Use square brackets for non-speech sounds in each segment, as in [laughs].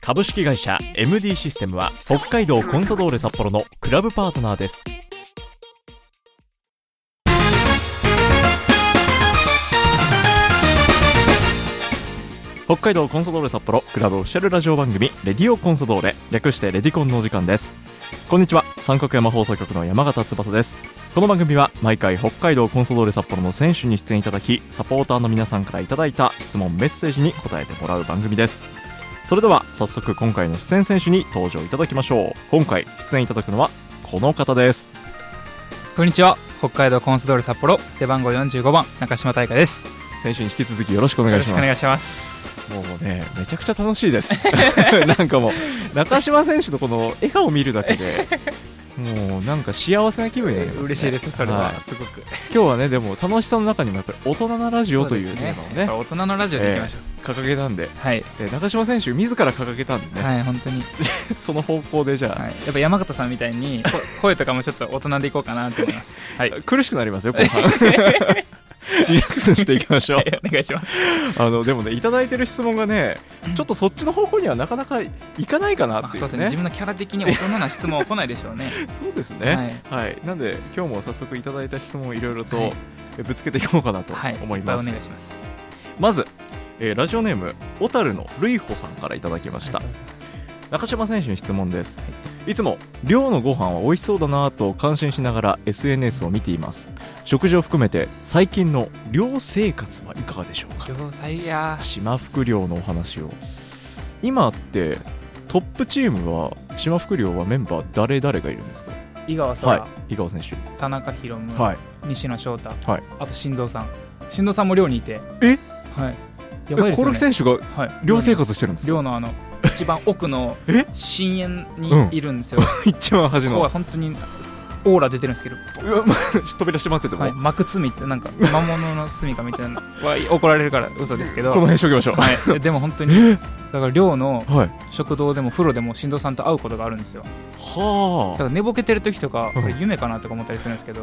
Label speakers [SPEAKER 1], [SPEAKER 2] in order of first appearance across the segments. [SPEAKER 1] 株式会社 MD システムは北海道コンサドーレ札幌のクラブパートナーです北海道コンサドーレ札幌クラブオフィシャルラジオ番組レディオコンサドーレ略してレディコンのお時間ですこんにちは三角山放送局の山形翼ですこの番組は毎回北海道コンサドーレ札幌の選手に出演いただきサポーターの皆さんからいただいた質問メッセージに答えてもらう番組ですそれでは早速今回の出演選手に登場いただきましょう今回出演いただくのはこの方です
[SPEAKER 2] こんにちは北海道コンスドール札幌背番号45番中島大香です
[SPEAKER 1] 先週に引き続きよろしくお
[SPEAKER 2] よ
[SPEAKER 1] 願い
[SPEAKER 2] ろ
[SPEAKER 1] し
[SPEAKER 2] し
[SPEAKER 1] ま
[SPEAKER 2] くお
[SPEAKER 1] す
[SPEAKER 2] 願いします
[SPEAKER 1] もうねめちゃくちゃ楽しいです [laughs] なんかもう中島選手のこの笑顔を見るだけでもうなんか幸せな気分になります、ね、
[SPEAKER 2] 嬉しいですそれは
[SPEAKER 1] はい
[SPEAKER 2] すごく
[SPEAKER 1] 今日はねでも楽しさの中にもやっぱり大人なラジオというテーマを
[SPEAKER 2] やっ
[SPEAKER 1] ね
[SPEAKER 2] ぱ大人のラジオでいきましょう、
[SPEAKER 1] 掲げたんで
[SPEAKER 2] はい
[SPEAKER 1] で中島選手自ら掲げたんでね、
[SPEAKER 2] はい本当に、
[SPEAKER 1] その方向でじゃあ、
[SPEAKER 2] はい、やっぱ山形さんみたい
[SPEAKER 1] [laughs]
[SPEAKER 2] にこ声とかもちょっと大人でいこうかなと思いますはいは
[SPEAKER 1] 苦しくなりますよ後
[SPEAKER 2] [laughs]
[SPEAKER 1] 半リラックスしていきましょう [laughs]
[SPEAKER 2] いお願いします
[SPEAKER 1] あのでもね、いただいてる質問がね、ちょっとそっちの方向にはなかなかいかないかな
[SPEAKER 2] あ
[SPEAKER 1] っ
[SPEAKER 2] そう
[SPEAKER 1] てい
[SPEAKER 2] です
[SPEAKER 1] う
[SPEAKER 2] ね
[SPEAKER 1] ね、
[SPEAKER 2] 自分のキャラ的に大人な質問は来ないでしょ
[SPEAKER 1] [laughs]
[SPEAKER 2] うね
[SPEAKER 1] そうですね、はい、なんで、今日も早速いただいた質問をいろいろと、
[SPEAKER 2] はい
[SPEAKER 1] えぶつけていこうかなと
[SPEAKER 2] はい
[SPEAKER 1] 思い
[SPEAKER 2] っぱ
[SPEAKER 1] ま
[SPEAKER 2] お
[SPEAKER 1] す。
[SPEAKER 2] 願いします
[SPEAKER 1] まず、えーラジオネーム、小樽のるいほさんからいただきました。中島選手に質問です、い、つも寮のご飯は美味しそうだなぁと感心しながら SNS を見ています食事を含めて最近の寮生活はいかがでしょうか
[SPEAKER 2] 要塞や
[SPEAKER 1] 島福寮のお話を今ってトップチームは島福寮はメンバー誰誰がいるんですか
[SPEAKER 2] 井川さん、
[SPEAKER 1] はい井川選手
[SPEAKER 2] 田中宏夢、
[SPEAKER 1] い
[SPEAKER 2] 西野翔太、
[SPEAKER 1] はい
[SPEAKER 2] あと新蔵さん新蔵さんも寮にいて
[SPEAKER 1] え
[SPEAKER 2] はいやばい
[SPEAKER 1] え
[SPEAKER 2] です
[SPEAKER 1] 興梠
[SPEAKER 2] よね
[SPEAKER 1] 選手が
[SPEAKER 2] はい
[SPEAKER 1] 寮生活してるんですか
[SPEAKER 2] 寮のあの一番奥の
[SPEAKER 1] え
[SPEAKER 2] 深淵
[SPEAKER 1] うん
[SPEAKER 2] にいるんですよ、
[SPEAKER 1] 一番端
[SPEAKER 2] [laughs] ここは
[SPEAKER 1] の
[SPEAKER 2] 本当にオーラ出てるんですけど、
[SPEAKER 1] うわま [laughs] 扉閉まってても、
[SPEAKER 2] はい、幕罪ってなんか魔物の住みかみた
[SPEAKER 1] [laughs]
[SPEAKER 2] いなわい怒られるから嘘ですけ
[SPEAKER 1] こ
[SPEAKER 2] ど
[SPEAKER 1] の、辺しときましょう
[SPEAKER 2] はい、でも本当にだから寮の
[SPEAKER 1] [laughs] はい
[SPEAKER 2] 食堂でも風呂でも新藤さんと会うことがあるんですよだか
[SPEAKER 1] はあ
[SPEAKER 2] ら寝ぼけてる時とか
[SPEAKER 1] うん
[SPEAKER 2] これ夢かなとか思ったりするんですけど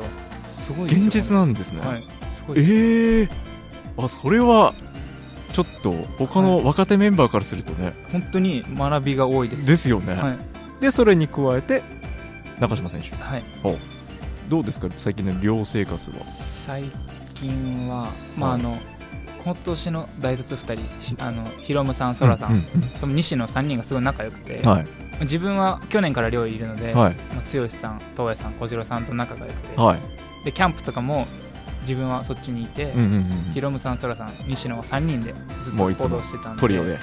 [SPEAKER 2] すごいですよ
[SPEAKER 1] 現実なんですね、
[SPEAKER 2] はいすごいです
[SPEAKER 1] ええあそれはちょっと他の若手メンバーからするとね、
[SPEAKER 2] 本当に学びが多いです
[SPEAKER 1] ですよね、
[SPEAKER 2] はい、
[SPEAKER 1] でそれに加えて中島選手
[SPEAKER 2] はい、
[SPEAKER 1] どうですか最近の寮生活は
[SPEAKER 2] 最近は、まあ
[SPEAKER 1] はい
[SPEAKER 2] あの今年の大卒2人しあのヒロムさん、ソラさん、
[SPEAKER 1] うう
[SPEAKER 2] と西野3人がすごい仲良くて、
[SPEAKER 1] うんはい
[SPEAKER 2] 自分は去年から寮にいるので、
[SPEAKER 1] はい
[SPEAKER 2] まあ、剛さん、東也さん、小次郎さんと仲が良くて、
[SPEAKER 1] はい
[SPEAKER 2] でキャンプとかも自分はそっちにいて、
[SPEAKER 1] うんうんうん
[SPEAKER 2] ヒロムさん、ソラさん、西野は3人でずっ
[SPEAKER 1] も
[SPEAKER 2] と
[SPEAKER 1] ういつも
[SPEAKER 2] 行動してたんで
[SPEAKER 1] トリオで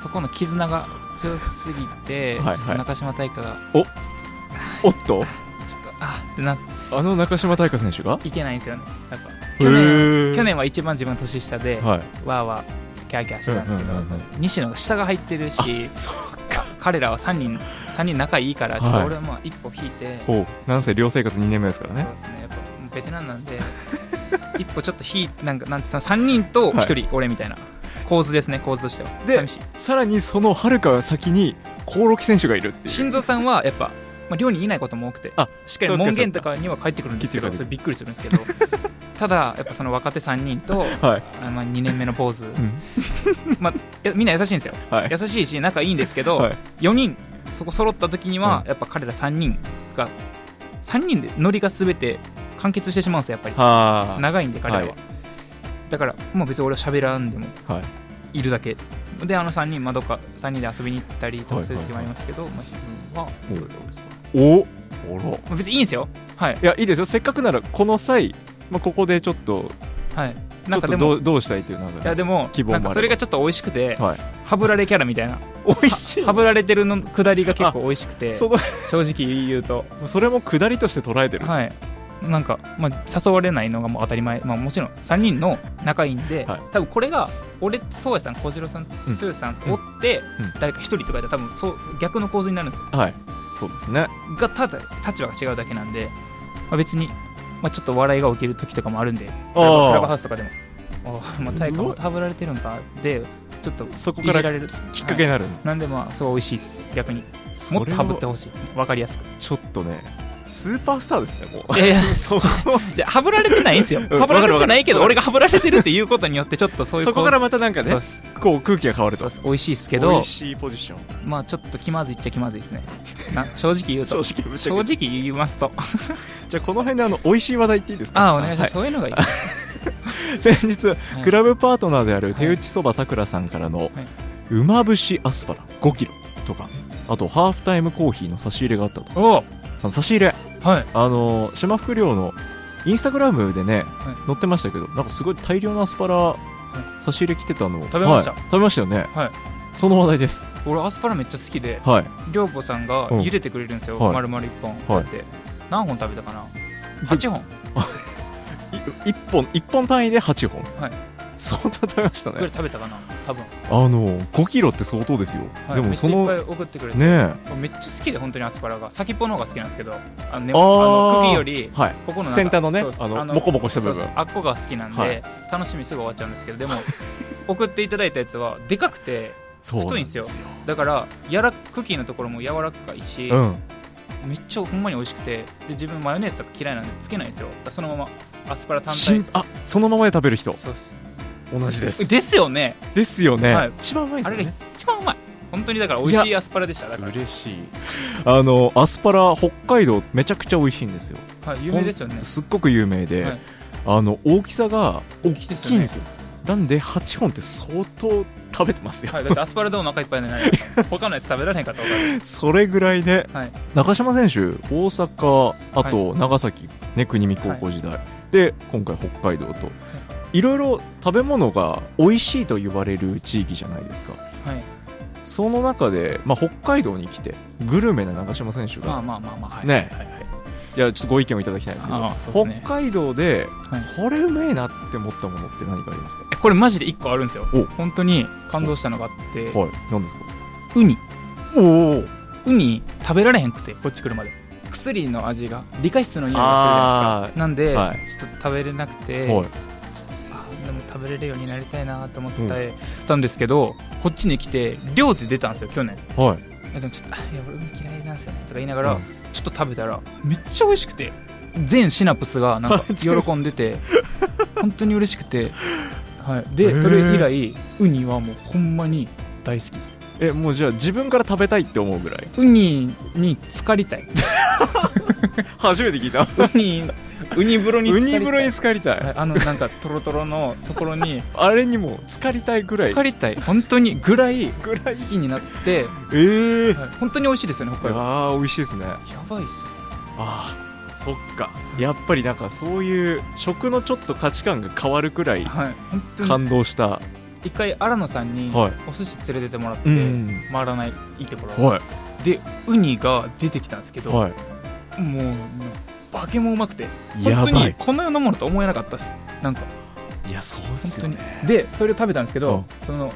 [SPEAKER 2] そこの絆が強すぎて、
[SPEAKER 1] はいはい
[SPEAKER 2] ちょっと中島大香が
[SPEAKER 1] おっと
[SPEAKER 2] ちょっとあーってな
[SPEAKER 1] あの中島大香選手が
[SPEAKER 2] いけないんですよね、やっぱ
[SPEAKER 1] へ
[SPEAKER 2] 去年
[SPEAKER 1] ー
[SPEAKER 2] 去年は一番自分年下
[SPEAKER 1] は
[SPEAKER 2] で、
[SPEAKER 1] い
[SPEAKER 2] わーわーキャーキャーしてたんですけど、
[SPEAKER 1] うんうんうんうん
[SPEAKER 2] 西野が下が入ってるし彼らは3人三人仲いいからちょっと俺はまあ一歩引いて、
[SPEAKER 1] ほうなんせ寮生活2年目ですから
[SPEAKER 2] そう
[SPEAKER 1] ね
[SPEAKER 2] ですねやっぱもうベテランなんで [laughs] 一歩ちょっと引いなんかなんてその3人と1人俺みたいな構図ですね構図としては
[SPEAKER 1] で
[SPEAKER 2] 寂しい
[SPEAKER 1] さらにそのはるか先に興梠選手がいるっていう
[SPEAKER 2] 心臓さんはやっぱ、まあ、寮にいないことも多くて
[SPEAKER 1] あ
[SPEAKER 2] しっかり門限とかには帰ってくるんですけ
[SPEAKER 1] そ
[SPEAKER 2] ど
[SPEAKER 1] うか
[SPEAKER 2] そ
[SPEAKER 1] そう
[SPEAKER 2] れびっくりするんですけど [laughs] ただやっぱその若手3人と、
[SPEAKER 1] はい
[SPEAKER 2] あまあ、2年目の坊主、
[SPEAKER 1] うん
[SPEAKER 2] まあいやみんな優しいんですよ
[SPEAKER 1] はい
[SPEAKER 2] 優しいし仲いいんですけど、
[SPEAKER 1] はい
[SPEAKER 2] 4人そこ揃った時には、
[SPEAKER 1] う
[SPEAKER 2] やっぱ彼ら3人が3人でノリが全て完結してしまうんですよやっぱ
[SPEAKER 1] は
[SPEAKER 2] り
[SPEAKER 1] あ
[SPEAKER 2] 長いんで彼らは、
[SPEAKER 1] はい
[SPEAKER 2] だからもう別に俺は喋らんでも
[SPEAKER 1] はい
[SPEAKER 2] いるだけであの3人まあどっか3人で遊びに行ったりと
[SPEAKER 1] は
[SPEAKER 2] か
[SPEAKER 1] い
[SPEAKER 2] する時もありますけど、まあ自分はどうですか
[SPEAKER 1] おおら
[SPEAKER 2] まあ別にいいんですよはい
[SPEAKER 1] いやいいですよせっかくならこの際、まあ、ここでちょっと
[SPEAKER 2] はい
[SPEAKER 1] ちょ
[SPEAKER 2] な
[SPEAKER 1] っ
[SPEAKER 2] んか
[SPEAKER 1] と
[SPEAKER 2] で
[SPEAKER 1] ど
[SPEAKER 2] も
[SPEAKER 1] うどうしたいっていうの
[SPEAKER 2] いやでも
[SPEAKER 1] 希望もあれ
[SPEAKER 2] なん
[SPEAKER 1] ば
[SPEAKER 2] かそれがちょっと美味しくて
[SPEAKER 1] はい
[SPEAKER 2] ハブられキャラみたいな
[SPEAKER 1] 美味しい
[SPEAKER 2] ハブられてるの下りが結構美味しくて
[SPEAKER 1] その
[SPEAKER 2] 正直言うと
[SPEAKER 1] それも下りとして捉えてる、
[SPEAKER 2] はい、なんか、まあ、誘われないのがもう当たり前、まあ、もちろん3人の仲いいんで、
[SPEAKER 1] はい
[SPEAKER 2] 多分これが俺と東谷さん、小次郎さん、
[SPEAKER 1] ん
[SPEAKER 2] 剛さんとおって、
[SPEAKER 1] うん
[SPEAKER 2] 誰か1人とかやったら多分そう逆の構図になるんですよ。
[SPEAKER 1] はいそうですね
[SPEAKER 2] がただ立場が違うだけなんで、まあ、別に、まあ、ちょっと笑いが起きる時とかもあるんでクラブ
[SPEAKER 1] あー
[SPEAKER 2] クラブハウスとかでも「おーまあ、体幹はぶられてるんか」でちょっと
[SPEAKER 1] そこ
[SPEAKER 2] いじ
[SPEAKER 1] からら
[SPEAKER 2] れる
[SPEAKER 1] きっかけになる、
[SPEAKER 2] なんでまあすごい美味しいです逆に
[SPEAKER 1] それ
[SPEAKER 2] も
[SPEAKER 1] は
[SPEAKER 2] っとハブってほしい分かり
[SPEAKER 1] [laughs]
[SPEAKER 2] やすく
[SPEAKER 1] ちょっとねスーパースターですねもう [laughs]
[SPEAKER 2] いやいや
[SPEAKER 1] そう
[SPEAKER 2] じゃあハブられてないんですよ、
[SPEAKER 1] うん
[SPEAKER 2] ハブられてないけど
[SPEAKER 1] わか
[SPEAKER 2] 俺
[SPEAKER 1] る
[SPEAKER 2] がハブられてるっていうことによってちょっとそういう
[SPEAKER 1] そこからまたなんか
[SPEAKER 2] そう
[SPEAKER 1] ね
[SPEAKER 2] です
[SPEAKER 1] こう空気が変わる
[SPEAKER 2] そう
[SPEAKER 1] と
[SPEAKER 2] です美味しいですけ
[SPEAKER 1] 美
[SPEAKER 2] ど
[SPEAKER 1] 味しいポジション
[SPEAKER 2] まあちょっと気まずいっちゃ気まずいですねな [laughs] 正直言うと
[SPEAKER 1] 正直ぶっちゃ
[SPEAKER 2] 正
[SPEAKER 1] け
[SPEAKER 2] 直言いますと
[SPEAKER 1] じゃあこの辺であの美味しい話題言っていいですか
[SPEAKER 2] ああお願いしま
[SPEAKER 1] は
[SPEAKER 2] す、そういうのがいい、
[SPEAKER 1] 先日
[SPEAKER 2] はい
[SPEAKER 1] クラブパートナーである手打ちそばさくらさんからの馬節アスパラ5キロとかあとハーフタイムコーヒーの差し入れがあったと
[SPEAKER 2] おお
[SPEAKER 1] あの差し入れ
[SPEAKER 2] はい
[SPEAKER 1] あの島福寮のインスタグラムでね、
[SPEAKER 2] い
[SPEAKER 1] 載ってましたけどなんかすごい大量のアスパラ差し入れ来てたのを
[SPEAKER 2] 食べました
[SPEAKER 1] はい食べましたよね
[SPEAKER 2] はい
[SPEAKER 1] その話題です
[SPEAKER 2] 俺アスパラめっちゃ好きで
[SPEAKER 1] はい
[SPEAKER 2] 寮母さんが
[SPEAKER 1] うん
[SPEAKER 2] 茹でてくれるんですよ、
[SPEAKER 1] はい
[SPEAKER 2] 丸々1本
[SPEAKER 1] はい
[SPEAKER 2] だって、何本食べたかな8本
[SPEAKER 1] い一本一本単位で8本
[SPEAKER 2] はい
[SPEAKER 1] 相当食べました
[SPEAKER 2] ぐら
[SPEAKER 1] ね
[SPEAKER 2] い食べたかな多分、
[SPEAKER 1] あの5キロって相当ですよ、
[SPEAKER 2] はい、
[SPEAKER 1] でもその
[SPEAKER 2] めっちゃいっぱい送ってくれて、
[SPEAKER 1] ねえ
[SPEAKER 2] めっちゃ好きで本当にアスパラが先っぽの方が好きなんですけどあの,、ね、
[SPEAKER 1] あ
[SPEAKER 2] あ
[SPEAKER 1] ー
[SPEAKER 2] の茎より
[SPEAKER 1] はい
[SPEAKER 2] ここの中
[SPEAKER 1] 先端のね
[SPEAKER 2] そうです
[SPEAKER 1] あのモコモコした部分
[SPEAKER 2] そうですあっこが好きなんで、
[SPEAKER 1] はい
[SPEAKER 2] 楽しみすぐ終わっちゃうんですけどでも [laughs] 送っていただいたやつはでかくて
[SPEAKER 1] そうな
[SPEAKER 2] 太いんですよだからやら茎のところも柔らかいし、
[SPEAKER 1] うん
[SPEAKER 2] めっちゃほんまに美味しくてで自分マヨネーズとか嫌いなんでつけないんですよだからそのままアスパラ単
[SPEAKER 1] し
[SPEAKER 2] 体
[SPEAKER 1] んあそのままで食べる人
[SPEAKER 2] そうです
[SPEAKER 1] 同じで
[SPEAKER 2] ですよね
[SPEAKER 1] ですよね、
[SPEAKER 2] はい
[SPEAKER 1] 一番うまいです
[SPEAKER 2] あ
[SPEAKER 1] よ
[SPEAKER 2] れが
[SPEAKER 1] ね
[SPEAKER 2] 一番うまい本当にだから美味しいアスパラでしただから、
[SPEAKER 1] 嬉しいあのアスパラ北海道めちゃくちゃ美味しいんですよ
[SPEAKER 2] はい、有名ですよね
[SPEAKER 1] すっごく有名で、
[SPEAKER 2] はい
[SPEAKER 1] あの大きさが大きいんですよ
[SPEAKER 2] 大きいです
[SPEAKER 1] なんで8本って相当食べてますよ、
[SPEAKER 2] はい、だってアスパラでお腹いっぱいになる他のやつ食べられへんかったから
[SPEAKER 1] それぐらいで、
[SPEAKER 2] はい
[SPEAKER 1] 中島選手大阪あと長崎、ね国見高校時代、で今回北海道と、い、ろいろ食べ物が美味しいと言われる地域じゃないですか
[SPEAKER 2] はい
[SPEAKER 1] その中で、まあ、北海道に来てグルメな長島選手
[SPEAKER 2] まあ
[SPEAKER 1] が、
[SPEAKER 2] まあまあまあはい
[SPEAKER 1] ね
[SPEAKER 2] はいはい
[SPEAKER 1] いやちょっとご意見をいただきたいんですけど
[SPEAKER 2] ああそうですね
[SPEAKER 1] 北海道で
[SPEAKER 2] はい
[SPEAKER 1] これうめえなって思ったものって何かありますか
[SPEAKER 2] これマジで1個あるんですよ
[SPEAKER 1] お
[SPEAKER 2] 本当に感動したのがあって
[SPEAKER 1] はい何ですか
[SPEAKER 2] ウニ
[SPEAKER 1] おお
[SPEAKER 2] ウニ食べられへんくてこっち来るまで薬の味が理科室の匂いがするじゃないですか
[SPEAKER 1] あー
[SPEAKER 2] なんで、ちょっと食べれなくて、
[SPEAKER 1] はい
[SPEAKER 2] あーでも食べれるようになりたいなと思ってた,、んですけどこっちに来て寮で出たんですよ去年
[SPEAKER 1] はい
[SPEAKER 2] いやでもちょっとあ「いや俺ウニ嫌いなんですよね」とか言いながら、
[SPEAKER 1] うん
[SPEAKER 2] ちょっと食べたらめっちゃ美味しくて全シナプスがなん [laughs] か喜んでて本当に嬉しくて、はい、
[SPEAKER 1] へ
[SPEAKER 2] で
[SPEAKER 1] ー
[SPEAKER 2] それ以来ウニはもうほんまに大好きです
[SPEAKER 1] えもうじゃあ自分から食べたいって思うぐらい
[SPEAKER 2] ウニに浸かりたい
[SPEAKER 1] 初めて聞 [laughs] いた
[SPEAKER 2] [laughs] ウニウニ風呂に
[SPEAKER 1] ウ
[SPEAKER 2] 浸か
[SPEAKER 1] ニ
[SPEAKER 2] りたい
[SPEAKER 1] 風呂に浸かりたい、
[SPEAKER 2] はいあのなんかトロトロのところ [laughs] に
[SPEAKER 1] あれにも浸かりたいぐらい
[SPEAKER 2] 浸かりたい本当にぐらい
[SPEAKER 1] ぐら
[SPEAKER 2] 好
[SPEAKER 1] い
[SPEAKER 2] きになって、
[SPEAKER 1] ええ
[SPEAKER 2] はい本当に美味しいですよね北海道
[SPEAKER 1] ああ美味しいですねあ
[SPEAKER 2] やばいっすよ
[SPEAKER 1] あそっかやっぱりなんかそういう食のちょっと価値観が変わるくらい
[SPEAKER 2] はい本当に
[SPEAKER 1] 感動した
[SPEAKER 2] 一回荒野さんに
[SPEAKER 1] はい
[SPEAKER 2] お寿司連れてってもらって、
[SPEAKER 1] うん
[SPEAKER 2] 回らないいいところ、
[SPEAKER 1] は
[SPEAKER 2] でウニが出てきたんですけ
[SPEAKER 1] い
[SPEAKER 2] ど、
[SPEAKER 1] はい
[SPEAKER 2] もうもう化けもうまくて
[SPEAKER 1] や
[SPEAKER 2] 本
[SPEAKER 1] ば
[SPEAKER 2] 当
[SPEAKER 1] い
[SPEAKER 2] にこの世のものと思えなかったっすなんか
[SPEAKER 1] いやそうっ
[SPEAKER 2] 本
[SPEAKER 1] す
[SPEAKER 2] 当
[SPEAKER 1] よ
[SPEAKER 2] に
[SPEAKER 1] ね
[SPEAKER 2] でそれを食べたんですけ
[SPEAKER 1] うん
[SPEAKER 2] ど、その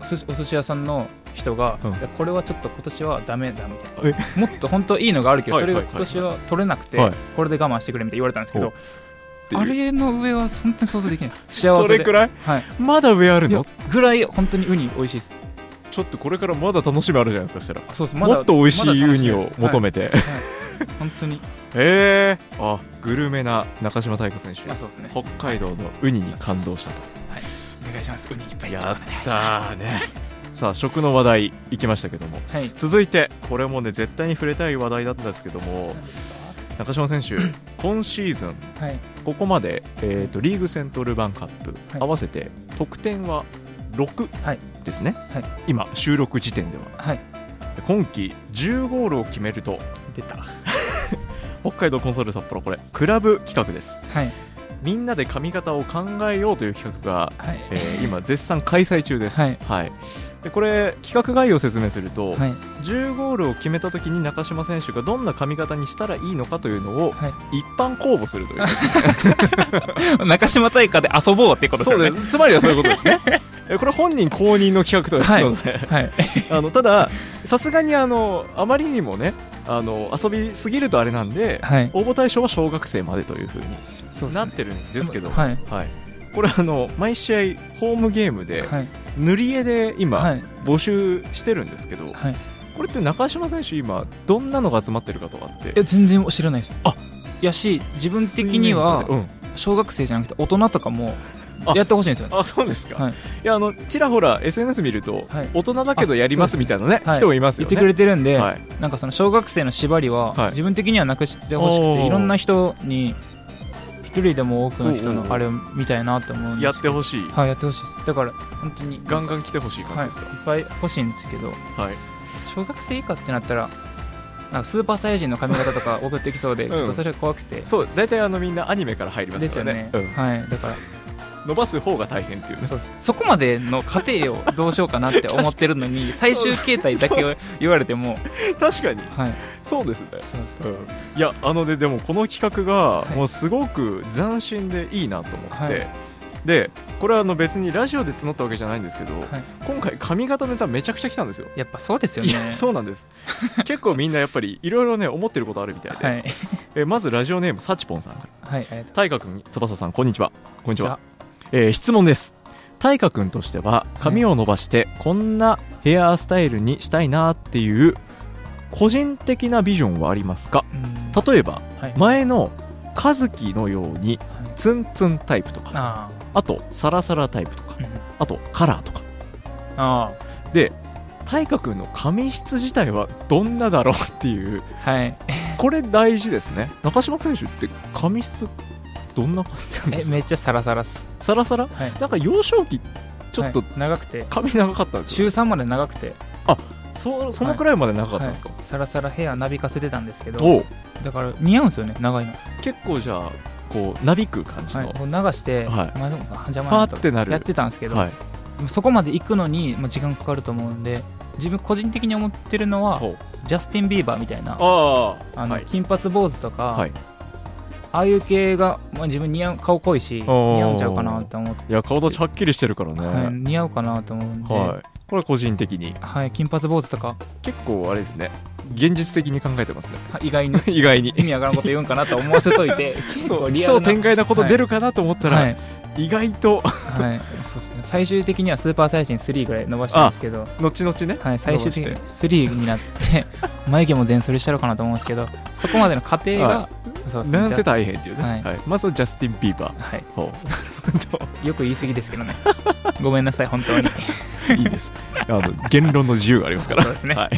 [SPEAKER 2] お寿司お寿司屋さんの人が、
[SPEAKER 1] うん
[SPEAKER 2] いやこれはちょっと今年はダメだみた
[SPEAKER 1] え
[SPEAKER 2] いなもっと本当いいのがあるけど
[SPEAKER 1] はい
[SPEAKER 2] それが
[SPEAKER 1] はい
[SPEAKER 2] 今
[SPEAKER 1] はい
[SPEAKER 2] 年は取れなくて、
[SPEAKER 1] はい
[SPEAKER 2] これで我慢してくれみたいに言われたんですけ
[SPEAKER 1] お
[SPEAKER 2] ど
[SPEAKER 1] ていう
[SPEAKER 2] あれの上は本当に想像できないです
[SPEAKER 1] [laughs]
[SPEAKER 2] 幸
[SPEAKER 1] そ
[SPEAKER 2] せ
[SPEAKER 1] れ
[SPEAKER 2] で
[SPEAKER 1] くらい
[SPEAKER 2] はい、
[SPEAKER 1] まだ上ある
[SPEAKER 2] いや
[SPEAKER 1] の
[SPEAKER 2] ぐらい本当にウニ美味しいです
[SPEAKER 1] ちょっとこれからまだ楽しみあるじゃないですかしたら
[SPEAKER 2] そうです
[SPEAKER 1] もっと美味しいウニを求
[SPEAKER 2] め
[SPEAKER 1] めて、へ
[SPEAKER 2] 本当に
[SPEAKER 1] [laughs] えあグルメな中島大花選手
[SPEAKER 2] あそうですね
[SPEAKER 1] 北海道のウニに感動したと
[SPEAKER 2] お願いしますウニいっぱいいっちゃ
[SPEAKER 1] や
[SPEAKER 2] う
[SPEAKER 1] っ
[SPEAKER 2] のでお願いします
[SPEAKER 1] たーねさあ食の話題いきましたけども
[SPEAKER 2] はい
[SPEAKER 1] 続いてこれもね絶対に触れたい話題だったんですけども中島
[SPEAKER 2] [clears throat]
[SPEAKER 1] 選手今シーズン
[SPEAKER 2] はい
[SPEAKER 1] ここまで、えー、とリーグ戦とルヴァンカップ、
[SPEAKER 2] はい
[SPEAKER 1] 合わせて得点は
[SPEAKER 2] は
[SPEAKER 1] 6
[SPEAKER 2] い
[SPEAKER 1] ですね、
[SPEAKER 2] はい
[SPEAKER 1] 今収録時点では
[SPEAKER 2] はい
[SPEAKER 1] 今季10ゴールを決めると
[SPEAKER 2] 出たは
[SPEAKER 1] 北海道コンソール札幌これクラブ企画です
[SPEAKER 2] い
[SPEAKER 1] みんなで髪型を考えようという企画が
[SPEAKER 2] はい
[SPEAKER 1] えー今絶賛開催中です、
[SPEAKER 2] はい
[SPEAKER 1] でこれ企画概要を説明すると、
[SPEAKER 2] はい
[SPEAKER 1] 10ゴールを決めた時に中島選手がどんな髪型にしたらいいのかというのを
[SPEAKER 2] はい
[SPEAKER 1] 一般公募するという、
[SPEAKER 2] [laughs] 中島大会で遊ぼうってことですよね
[SPEAKER 1] すつまりはそういうことですね [laughs] えこれ本人公認の企画ということで、 [laughs]
[SPEAKER 2] はい
[SPEAKER 1] あのたださすがにあのあまりにもねあの遊びすぎるとあれなんで、
[SPEAKER 2] はい
[SPEAKER 1] 応募対象は小学生までというふう
[SPEAKER 2] そう
[SPEAKER 1] に
[SPEAKER 2] です
[SPEAKER 1] なっ
[SPEAKER 2] ね
[SPEAKER 1] てるんですけど、
[SPEAKER 2] はい
[SPEAKER 1] これあの毎試合ホームゲームで、
[SPEAKER 2] はい
[SPEAKER 1] 塗り絵で今、
[SPEAKER 2] はい
[SPEAKER 1] 募集してるんですけど、
[SPEAKER 2] はい
[SPEAKER 1] これって中島選手今どんなのが集まってるかとかって
[SPEAKER 2] いや全然知らないです
[SPEAKER 1] あ
[SPEAKER 2] やし自分的には
[SPEAKER 1] 水面下で
[SPEAKER 2] 小学生じゃなくて大人とかも
[SPEAKER 1] あ
[SPEAKER 2] やってほしいんですよ
[SPEAKER 1] う
[SPEAKER 2] ね
[SPEAKER 1] ん、あそうですか、
[SPEAKER 2] はい
[SPEAKER 1] い、やあのちらほら SNS 見ると、
[SPEAKER 2] はい
[SPEAKER 1] 大人だけどやりますみたいなね、
[SPEAKER 2] はい
[SPEAKER 1] 人もいます
[SPEAKER 2] 言
[SPEAKER 1] よ
[SPEAKER 2] っ
[SPEAKER 1] ね
[SPEAKER 2] てくれてるんで、
[SPEAKER 1] はい、
[SPEAKER 2] なんかその小学生の縛りは、
[SPEAKER 1] はい
[SPEAKER 2] 自分的にはなくしてほしく
[SPEAKER 1] おー
[SPEAKER 2] ていろんな人に一人でも多くの人
[SPEAKER 1] おうおうお
[SPEAKER 2] の
[SPEAKER 1] う
[SPEAKER 2] あれを見たいなって思うん
[SPEAKER 1] やっ
[SPEAKER 2] です
[SPEAKER 1] てほしい、
[SPEAKER 2] はいやってほしいですだから本当に
[SPEAKER 1] ガンガン来てほしい
[SPEAKER 2] は
[SPEAKER 1] 感
[SPEAKER 2] い、い
[SPEAKER 1] じですか、
[SPEAKER 2] っぱい欲しいんですけど
[SPEAKER 1] はい
[SPEAKER 2] 小学生以下ってなったらなんかスーパーサイヤ人の髪型とか送ってきそうで、
[SPEAKER 1] うん
[SPEAKER 2] ちょっとそれ怖くて
[SPEAKER 1] そう大体あのみんなアニメから入りま
[SPEAKER 2] です
[SPEAKER 1] か
[SPEAKER 2] すよ
[SPEAKER 1] らね
[SPEAKER 2] ね、
[SPEAKER 1] うん
[SPEAKER 2] はいだから
[SPEAKER 1] 伸ばす方が大変っていうね [laughs]
[SPEAKER 2] そうですそこまでの過程をどうしようかなって思ってるの [laughs] に最終形態だけを言われても
[SPEAKER 1] 確かに
[SPEAKER 2] はい
[SPEAKER 1] そうですね
[SPEAKER 2] そう
[SPEAKER 1] うん、いやあのねでもこの企画が
[SPEAKER 2] はい
[SPEAKER 1] もうすごく斬新でいいなと思って、
[SPEAKER 2] はい
[SPEAKER 1] でこれはあの別にラジオで募ったわけじゃないんですけど、
[SPEAKER 2] い
[SPEAKER 1] 今回髪型ネタめちゃくちゃ来たんですよ。
[SPEAKER 2] やっぱそうですよ
[SPEAKER 1] い
[SPEAKER 2] ね
[SPEAKER 1] やそうなん
[SPEAKER 2] [laughs]
[SPEAKER 1] です結構みんなやっぱりいろいろね思ってることあるみたいで、
[SPEAKER 2] はい
[SPEAKER 1] えまずラジオネームさちぽんさんから
[SPEAKER 2] はいありがとう
[SPEAKER 1] 大河君翼さんこんにちはこんにち
[SPEAKER 2] じゃ
[SPEAKER 1] は、えー質問です大河君としては髪を伸ばしてこんなヘアスタイルにしたいなっていう個人的なビジョンはありますか
[SPEAKER 2] うん
[SPEAKER 1] 例えば
[SPEAKER 2] はい
[SPEAKER 1] 前の和樹のように
[SPEAKER 2] はい
[SPEAKER 1] ツンツンタイプとかあ
[SPEAKER 2] あ
[SPEAKER 1] とサラサラタイプとか
[SPEAKER 2] ーうん
[SPEAKER 1] あとカラーとか
[SPEAKER 2] あ
[SPEAKER 1] で大河君の髪質自体はどんなだろうっていう
[SPEAKER 2] ーはい
[SPEAKER 1] これ大事ですね中島選手って髪質どんな感じなんで
[SPEAKER 2] え
[SPEAKER 1] すか
[SPEAKER 2] めっちゃサラサラっす
[SPEAKER 1] サラサラ
[SPEAKER 2] はい
[SPEAKER 1] なんか幼少期ちょっと
[SPEAKER 2] はい長くて
[SPEAKER 1] 髪長かったんです
[SPEAKER 2] 中
[SPEAKER 1] よ、
[SPEAKER 2] 3まで長くて
[SPEAKER 1] そそのくらいまで長かったんですか、
[SPEAKER 2] はいサラサラヘアなびかせてたんですけど
[SPEAKER 1] おう
[SPEAKER 2] だから似合うんですよね長いの
[SPEAKER 1] 結構じゃあこうなびく感じ
[SPEAKER 2] はい
[SPEAKER 1] の、
[SPEAKER 2] こう流して、
[SPEAKER 1] はい
[SPEAKER 2] まあでもあ邪魔
[SPEAKER 1] ファ
[SPEAKER 2] だ
[SPEAKER 1] ー
[SPEAKER 2] と
[SPEAKER 1] ってなる
[SPEAKER 2] やってたんですけど、
[SPEAKER 1] はい
[SPEAKER 2] でもそこまで行くのに、まあ、時間かかると思うんで自分個人的に思ってるのは
[SPEAKER 1] ほう
[SPEAKER 2] ジャスティン・ビーバーみたいな
[SPEAKER 1] ああ
[SPEAKER 2] あの、
[SPEAKER 1] はい
[SPEAKER 2] 金髪坊主とか、
[SPEAKER 1] はい
[SPEAKER 2] ああいう系が、まあ、自分似合う顔濃いし似
[SPEAKER 1] ー
[SPEAKER 2] 合うんちゃうかなって思って、
[SPEAKER 1] いや顔立ちはっきりしてるからね、
[SPEAKER 2] はい、似合うかなと思うんで、
[SPEAKER 1] はい、これは個人的に
[SPEAKER 2] はい、金髪坊主とか
[SPEAKER 1] 結構あれですね現実的に考えてますね [laughs]
[SPEAKER 2] は意外に [laughs]
[SPEAKER 1] 意外に
[SPEAKER 2] 意味わからんこと言うんかなと思わせと
[SPEAKER 1] [laughs]
[SPEAKER 2] いて結
[SPEAKER 1] そ
[SPEAKER 2] 構
[SPEAKER 1] う
[SPEAKER 2] リ
[SPEAKER 1] 奇
[SPEAKER 2] アル
[SPEAKER 1] 想
[SPEAKER 2] な
[SPEAKER 1] 天外なこと出るかなと思ったら、
[SPEAKER 2] はい、
[SPEAKER 1] 意外と [laughs]
[SPEAKER 2] はい、そうですね最終的にはスーパーサイジン3ぐらい伸ばしたんですけど
[SPEAKER 1] 後々ね
[SPEAKER 2] はい、最終的
[SPEAKER 1] 伸
[SPEAKER 2] に
[SPEAKER 1] ば
[SPEAKER 2] 3になって
[SPEAKER 1] [laughs]
[SPEAKER 2] 眉毛も全剃りしたろうかなと思うんですけどそこまでの過程
[SPEAKER 1] は
[SPEAKER 2] がそうですね
[SPEAKER 1] なん
[SPEAKER 2] ジャ
[SPEAKER 1] せ
[SPEAKER 2] ス
[SPEAKER 1] 大変っていうね、は
[SPEAKER 2] はいい
[SPEAKER 1] まずはジャスティン・ビーバー
[SPEAKER 2] はい
[SPEAKER 1] ほ
[SPEAKER 2] よく言い過ぎですけどねごめんなさい本当に
[SPEAKER 1] う [laughs] いいですあの言論の自由がありますから
[SPEAKER 2] そう [laughs] ですね
[SPEAKER 1] はい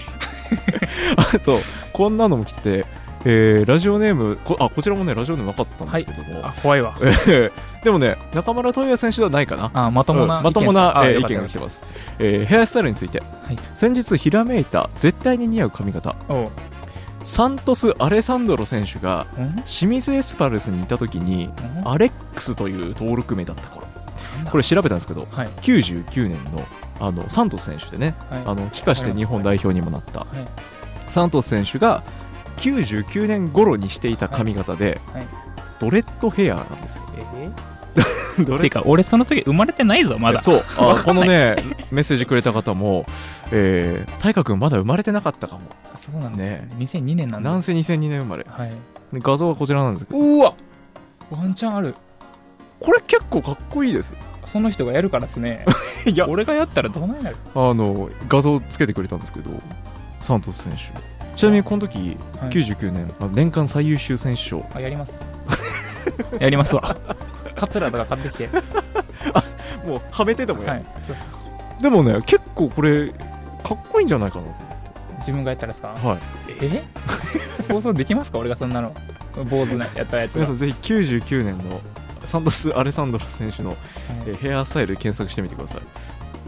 [SPEAKER 1] [laughs] あとこんなのも来てて、えーラジオネームこあこちらもねラジオネームなかったんですけども、
[SPEAKER 2] あ怖いわ
[SPEAKER 1] えーでもね中村斗也選手ではないかな
[SPEAKER 2] あまともな
[SPEAKER 1] うんまともな、えー意見が来
[SPEAKER 2] 来
[SPEAKER 1] て
[SPEAKER 2] て
[SPEAKER 1] ます、えーヘアスタイルについて、
[SPEAKER 2] い
[SPEAKER 1] 先日ひらめいた絶対に似合う髪型
[SPEAKER 2] おう
[SPEAKER 1] サントス・アレサンドロ選手が
[SPEAKER 2] んん
[SPEAKER 1] 清水エスパルスにいた時にアレックスという登録名だった頃これ調べたんですけど
[SPEAKER 2] はい
[SPEAKER 1] 99年のあのサントス選手でね
[SPEAKER 2] はい
[SPEAKER 1] あの帰化して日本代表にもなった
[SPEAKER 2] はい
[SPEAKER 1] サントス選手が99年頃にしていた髪型で、
[SPEAKER 2] はいはい
[SPEAKER 1] ドレッドヘアなんですよ
[SPEAKER 2] え
[SPEAKER 1] [laughs] ド
[SPEAKER 2] てか俺その時生まれてないぞまだ
[SPEAKER 1] [laughs] そうあ
[SPEAKER 2] わか
[SPEAKER 1] こ
[SPEAKER 2] ん
[SPEAKER 1] の
[SPEAKER 2] ない
[SPEAKER 1] ねメッセージくれた方も「えー、大河君まだ生まれてなかったかも
[SPEAKER 2] そうなんですよ
[SPEAKER 1] ね
[SPEAKER 2] ね2002年なんだ
[SPEAKER 1] なんせ2002年生まれ
[SPEAKER 2] は
[SPEAKER 1] 画像はこちらなんですけど
[SPEAKER 2] いうわワンチャンある
[SPEAKER 1] これ結構かっこいいです
[SPEAKER 2] その人がやるからですね
[SPEAKER 1] [laughs] いや
[SPEAKER 2] 俺がやったらどうなんやろ
[SPEAKER 1] あの画像つけてくれたんですけどサントス選手ちなみにこの時、
[SPEAKER 2] はい
[SPEAKER 1] 99年、まあ、年間最優秀選手賞
[SPEAKER 2] あやります [laughs] やりますわカツラとか買ってきては
[SPEAKER 1] もうはめてでもやる、
[SPEAKER 2] いそう
[SPEAKER 1] でもね結構これかっこいいんじゃないかな
[SPEAKER 2] 自分がやったらですか
[SPEAKER 1] はい
[SPEAKER 2] え想像できますか俺がそんなの坊主なやったやつ
[SPEAKER 1] 皆
[SPEAKER 2] が
[SPEAKER 1] さんぜひ99年のサントス・アレサンドロ選手のえーヘアスタイル検索してみてください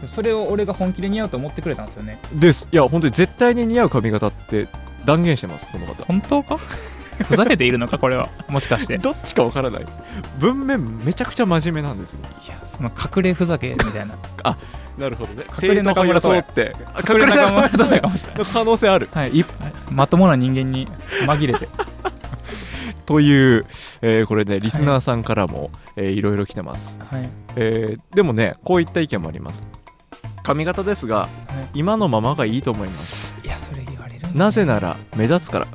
[SPEAKER 2] それを俺が本気で似合うと思ってくれたんですよね
[SPEAKER 1] ですいや本当に絶対に似合う髪型って断言してますこの方
[SPEAKER 2] 本当かふざけているのかこれはもしかして
[SPEAKER 1] [laughs]
[SPEAKER 2] い
[SPEAKER 1] どっちかわからない文面めちゃくちゃ真面目なんですよ
[SPEAKER 2] やその隠れふざけみたいな
[SPEAKER 1] なるほどね
[SPEAKER 2] 隠れ中村
[SPEAKER 1] そう
[SPEAKER 2] 斗
[SPEAKER 1] ってあ
[SPEAKER 2] 隠れ仲間
[SPEAKER 1] 斗也
[SPEAKER 2] かもしれない
[SPEAKER 1] の可能性ある
[SPEAKER 2] はい、いまともな人間に紛れて
[SPEAKER 1] という、えーこれねリスナーさんからも、いえーいろいろ来てます、
[SPEAKER 2] はいはい
[SPEAKER 1] えーでもねこういった意見もあります髪型ですが今のままがいいと思います
[SPEAKER 2] いやそれ言われるん
[SPEAKER 1] なぜなら目立つから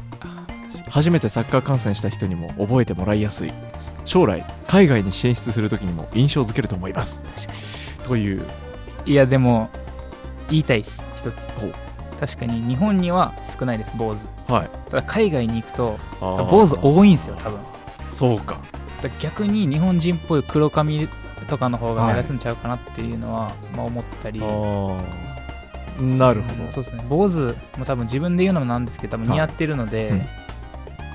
[SPEAKER 1] 初めてサッカー観戦した人にも覚えてもらいやすい将来海外に進出する時にも印象づけると思いますという
[SPEAKER 2] いやでも言いたいです一つ
[SPEAKER 1] ほう
[SPEAKER 2] 確かに日本には少ないです坊主
[SPEAKER 1] はい
[SPEAKER 2] ただ海外に行くと
[SPEAKER 1] あー
[SPEAKER 2] 坊主多いんですよ多分
[SPEAKER 1] そうか
[SPEAKER 2] だから逆に日本人っぽい黒髪とかの方が目立つんちゃうかなっていうのは、まあ、思ったり
[SPEAKER 1] ああなるほど、
[SPEAKER 2] うんそうですね坊主も多分自分で言うのもなんですけど多分似合ってるので、
[SPEAKER 1] はいうん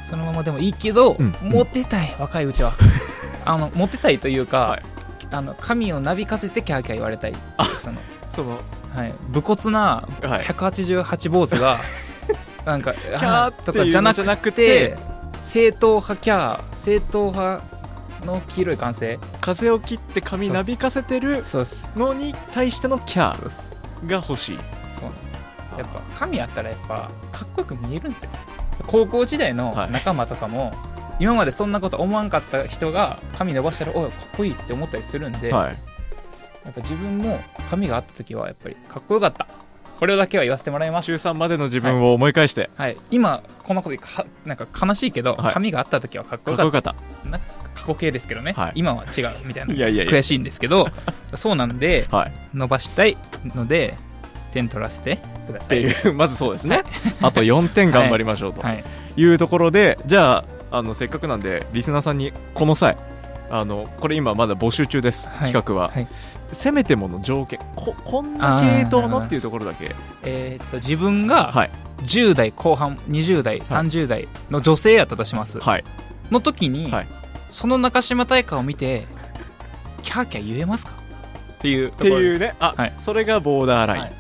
[SPEAKER 2] そのままでもいいけど、
[SPEAKER 1] うん
[SPEAKER 2] モテたい若いう
[SPEAKER 1] [laughs]
[SPEAKER 2] ちはあのモテたいというか、あの髪をなびかせてキャーキャー言われたいその、
[SPEAKER 1] その
[SPEAKER 2] はい、武骨な
[SPEAKER 1] はい
[SPEAKER 2] 188坊主 [laughs] がなんか「
[SPEAKER 1] ー
[SPEAKER 2] あーとかじゃな
[SPEAKER 1] っていうの
[SPEAKER 2] く
[SPEAKER 1] て
[SPEAKER 2] て正統派キャー正統派の黄色い歓声
[SPEAKER 1] 風を切って髪なびかせてる
[SPEAKER 2] そうです
[SPEAKER 1] のに対してのキャ
[SPEAKER 2] そうです
[SPEAKER 1] ーが欲しい
[SPEAKER 2] そうなんですよやっぱ髪あったらやっぱかっこよく見えるんですよ高校時代の仲間とかも、今までそんなこと思わんかった人が髪伸ばしたらおいかっこいいって思ったりするんで、
[SPEAKER 1] はい
[SPEAKER 2] やっぱ自分も髪があった時はやっぱりかっこよかったこれだけは言わせてもらいます
[SPEAKER 1] 中3までの自分を思い返して、
[SPEAKER 2] はい、今こんなこと言うかなんか悲しいけど、
[SPEAKER 1] はい
[SPEAKER 2] 髪があった時はかっこ
[SPEAKER 1] かっこ
[SPEAKER 2] よか
[SPEAKER 1] よ
[SPEAKER 2] った
[SPEAKER 1] かった
[SPEAKER 2] 過去形ですけどね、
[SPEAKER 1] はい
[SPEAKER 2] 今は違うみたいない
[SPEAKER 1] やいやいや
[SPEAKER 2] 悔しいんですけどそうなんで
[SPEAKER 1] はい
[SPEAKER 2] 伸ばしたいので点取らせてください
[SPEAKER 1] っていうまずそうですねあと4点頑張りましょうと
[SPEAKER 2] はい、
[SPEAKER 1] いうところで、じゃああのせっかくなんでリスナーさんにこの際あのこれ今まだ募集中です、
[SPEAKER 2] はい
[SPEAKER 1] 企画は、
[SPEAKER 2] はい
[SPEAKER 1] せめてもの条件ここんな系統のっていうところだけ
[SPEAKER 2] えーっと自分が
[SPEAKER 1] はい
[SPEAKER 2] 10代後半20代30代の女性やったとします、
[SPEAKER 1] はい
[SPEAKER 2] の時に、
[SPEAKER 1] はい
[SPEAKER 2] その中島大会を見てキャーキャー言えますかってい
[SPEAKER 1] っ
[SPEAKER 2] うとこ
[SPEAKER 1] て
[SPEAKER 2] ろ
[SPEAKER 1] い
[SPEAKER 2] です
[SPEAKER 1] うねあ、
[SPEAKER 2] はい
[SPEAKER 1] それがボーダーライン、
[SPEAKER 2] はい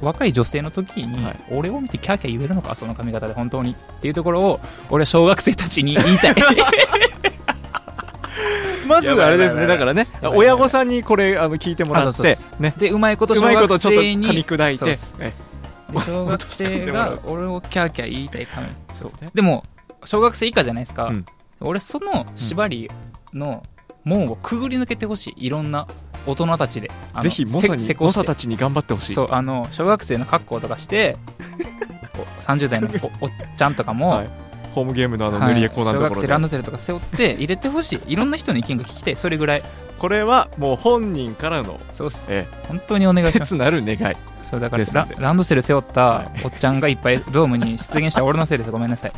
[SPEAKER 2] 若い女性の時に、
[SPEAKER 1] はい
[SPEAKER 2] 俺を見てキャーキャー言えるのかその髪型で本当にっていうところを俺は小学生たちに言いた
[SPEAKER 1] [laughs]
[SPEAKER 2] い
[SPEAKER 1] まずあれですね
[SPEAKER 2] や
[SPEAKER 1] だ
[SPEAKER 2] ばい
[SPEAKER 1] から
[SPEAKER 2] やば
[SPEAKER 1] ね
[SPEAKER 2] やばい
[SPEAKER 1] 親御さんにこれあの聞いてもら
[SPEAKER 2] あ
[SPEAKER 1] っ
[SPEAKER 2] そうそう
[SPEAKER 1] て
[SPEAKER 2] そ
[SPEAKER 1] ね
[SPEAKER 2] でうまいこと
[SPEAKER 1] う
[SPEAKER 2] 小
[SPEAKER 1] まいこ
[SPEAKER 2] 学
[SPEAKER 1] とちょっと
[SPEAKER 2] 生に
[SPEAKER 1] 噛み砕い
[SPEAKER 2] そう
[SPEAKER 1] て
[SPEAKER 2] です
[SPEAKER 1] え
[SPEAKER 2] で小学生が俺をキャーキャー言いたい髪
[SPEAKER 1] そうですね
[SPEAKER 2] でも小学生以下じゃないですか、
[SPEAKER 1] うん
[SPEAKER 2] 俺その縛りの門をくぐり抜けてほしいいろんな大人たちであの
[SPEAKER 1] ぜひモサ
[SPEAKER 2] せ
[SPEAKER 1] に
[SPEAKER 2] 施工
[SPEAKER 1] モ
[SPEAKER 2] して
[SPEAKER 1] サたちに頑張ってほしい
[SPEAKER 2] そうあの小学生の格好とかして
[SPEAKER 1] [laughs]
[SPEAKER 2] こう30代のおおっちゃんとかも、
[SPEAKER 1] はいホームゲームのあの
[SPEAKER 2] は
[SPEAKER 1] 塗
[SPEAKER 2] い
[SPEAKER 1] り絵コーナー
[SPEAKER 2] 小
[SPEAKER 1] のところ
[SPEAKER 2] 学生
[SPEAKER 1] で、
[SPEAKER 2] ランドセルとか背負って入れてほしいいろんな人の意見が聞きたいそれぐらい
[SPEAKER 1] これはもう本人からの
[SPEAKER 2] そうっす
[SPEAKER 1] え
[SPEAKER 2] 本当にお願いします
[SPEAKER 1] 切なる願い
[SPEAKER 2] そうだから
[SPEAKER 1] です
[SPEAKER 2] ラ
[SPEAKER 1] ので
[SPEAKER 2] ランドセル背負っ
[SPEAKER 1] は
[SPEAKER 2] たおっちゃんがいっぱいドームに出現した俺のせいですごめんなさい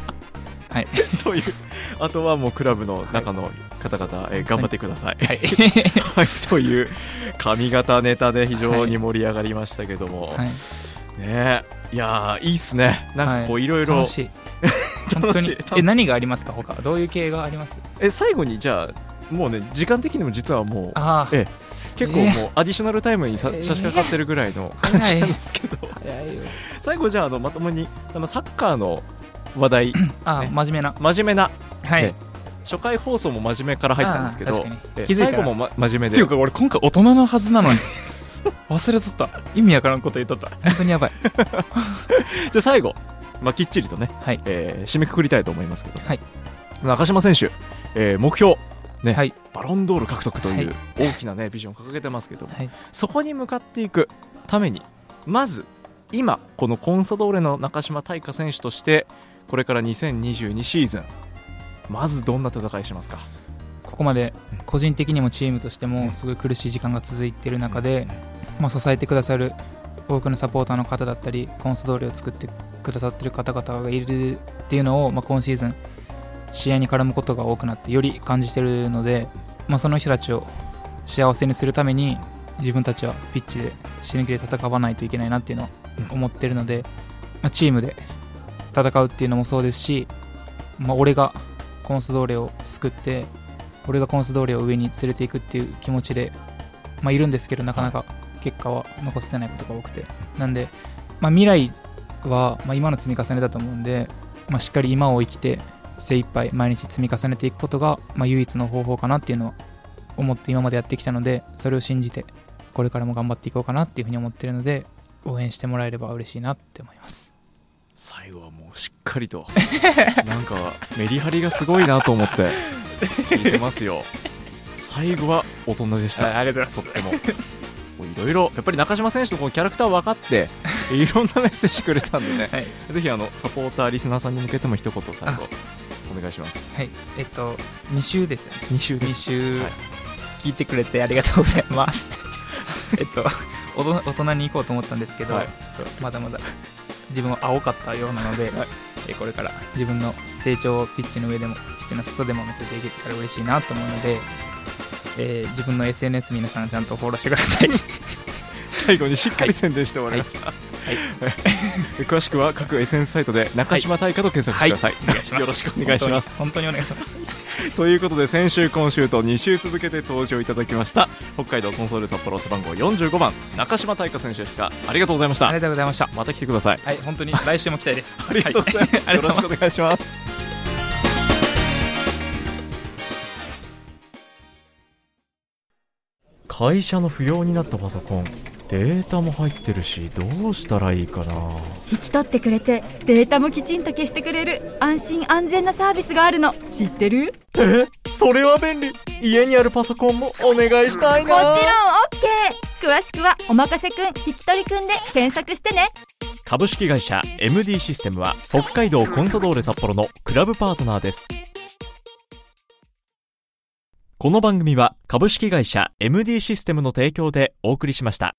[SPEAKER 2] はい、
[SPEAKER 1] というあとはもうクラブの中の方々、えー頑張ってください、
[SPEAKER 2] [laughs] はい、
[SPEAKER 1] はい、 [laughs] という髪型ネタで非常に盛り上がりましたけども、
[SPEAKER 2] はい
[SPEAKER 1] ねいやーいいっすねなんかこういろいろ
[SPEAKER 2] 楽しい本
[SPEAKER 1] 楽
[SPEAKER 2] 当
[SPEAKER 1] しい
[SPEAKER 2] にえ何がありますか他どういう系があります
[SPEAKER 1] え最後にじゃあもうね時間的にも実はもう
[SPEAKER 2] あ
[SPEAKER 1] え
[SPEAKER 2] あ
[SPEAKER 1] え結構
[SPEAKER 2] え
[SPEAKER 1] もうアディショナルタイムにさ
[SPEAKER 2] ええ
[SPEAKER 1] 差し掛かってるぐらいの
[SPEAKER 2] 早
[SPEAKER 1] 感
[SPEAKER 2] い
[SPEAKER 1] じなんですけど、
[SPEAKER 2] 早いよ
[SPEAKER 1] 最後じゃああのまともにあのサッカーの話題
[SPEAKER 2] ああ
[SPEAKER 1] ね
[SPEAKER 2] 真面目な
[SPEAKER 1] 真面目な
[SPEAKER 2] はい、
[SPEAKER 1] ええ初回放送も真面目から入ったんですけ
[SPEAKER 2] あ
[SPEAKER 1] ど
[SPEAKER 2] ー確かに
[SPEAKER 1] ええ
[SPEAKER 2] 気づいたら
[SPEAKER 1] 最後も、ま、真面目
[SPEAKER 2] ってい
[SPEAKER 1] で
[SPEAKER 2] うか俺今回大人のはずなのに [laughs] 忘れとった意味わからんこと言っとった本当にやばい
[SPEAKER 1] じゃあ最後、まあ、きっちりとね、
[SPEAKER 2] はい
[SPEAKER 1] えー締めくくりたいと思いますけど、
[SPEAKER 2] はい
[SPEAKER 1] 中島選手、えー目標、ね
[SPEAKER 2] はい
[SPEAKER 1] バロンドール獲得という
[SPEAKER 2] は
[SPEAKER 1] 大き
[SPEAKER 2] [laughs]
[SPEAKER 1] な、ね、ビジョンを掲げてますけども、
[SPEAKER 2] はい
[SPEAKER 1] そこに向かっていくためにまず今このコンサドーレの中島大花選手としてこれから2022シーズンまずどんな戦いしますか
[SPEAKER 2] ここまで
[SPEAKER 1] うん
[SPEAKER 2] 個人的にもチームとして
[SPEAKER 1] うん
[SPEAKER 2] もすごい苦しい時間が続いている中で、まあ、支えてくださる多くのサポーターの方だったりコンスドーレを作ってくださってる方々がいるっていうのを、まあ、今シーズン試合に絡むことが多くなってより感じてるので、まあ、その人たちを幸せにするために自分たちはピッチで死ぬ気で戦わないといけないなっていうのを思ってるので、まあ、チームで戦うっていうのもそうですし、まあ、俺がコンスドーレを救って俺がコンスドーレを上に連れていくっていう気持ちで、まあ、いるんですけどなかなか結果は残せてないことが多くてなんで、まあ、未来は、まあ、今の積み重ねだと思うんで、まあ、しっかり今を生きて精一杯毎日積み重ねていくことが、まあ、唯一の方法かなっていうのは思って今までやってきたのでそれを信じてこれからも頑張っていこうかなっていうふうに思ってるので応援してもらえれば嬉しいなって思います
[SPEAKER 1] 最後はもうしっかり
[SPEAKER 2] [laughs]
[SPEAKER 1] となんかメリハリがすごいなと思って聞いてますよ最後は大人でした
[SPEAKER 2] りがとう
[SPEAKER 1] とっても。もういろいろやっぱり中島選手のこのキャラクター分かっていろんなメッセージくれたんでね、
[SPEAKER 2] はい
[SPEAKER 1] ぜひあのサポーターリスナーさんに向けても一言最後お願いします
[SPEAKER 2] はい、えっと、2週ですね。
[SPEAKER 1] 2週で
[SPEAKER 2] 2
[SPEAKER 1] す
[SPEAKER 2] 週、
[SPEAKER 1] はい
[SPEAKER 2] 聞いてくれてありがとうございます。えっと、おど大人に行こうと思ったんですけど、
[SPEAKER 1] はい
[SPEAKER 2] ちょっとまだまだ自分は青かったようなので、えこれから自分の成長をピッチの上でも、ピッチの外でも見せていけたら嬉しいなと思うので、えー自分の SNS 皆さんちゃんとフォローしてくだ [laughs] さい。
[SPEAKER 1] 最後にしっかり宣伝して終わりました、 [laughs] 詳しくは各 SNS サイトで中島大花と検索してください、
[SPEAKER 2] お願いします。
[SPEAKER 1] よろしくお願いします
[SPEAKER 2] 本当に。本当にお願いします。
[SPEAKER 1] ということで先週今週と2週続けて登場いただきました北海道コンソール札幌背番号45番中島大花選手でしたありがとうございまし
[SPEAKER 2] あ
[SPEAKER 1] た
[SPEAKER 2] りがとうございました。
[SPEAKER 1] また来てください
[SPEAKER 2] はい、本当に来週も期待です。
[SPEAKER 1] ありがとうございます、
[SPEAKER 2] はい
[SPEAKER 1] よろしくお願いします会社の不要になったパソコンデータも入ってるしどうしたらいいかな
[SPEAKER 3] 引き取ってくれてデータもきちんと消してくれる安心安全なサービスがあるの知ってる
[SPEAKER 1] えそれは便利家にあるパソコンもお願いしたい
[SPEAKER 3] もちろん OK 詳しくは「おまかせくん引き取りくん」で検索してね
[SPEAKER 1] 株式会社 MD システムは北海道コンサドーレ札幌のクラブパートナーですこの番組は株式会社 MD システムの提供でお送りしました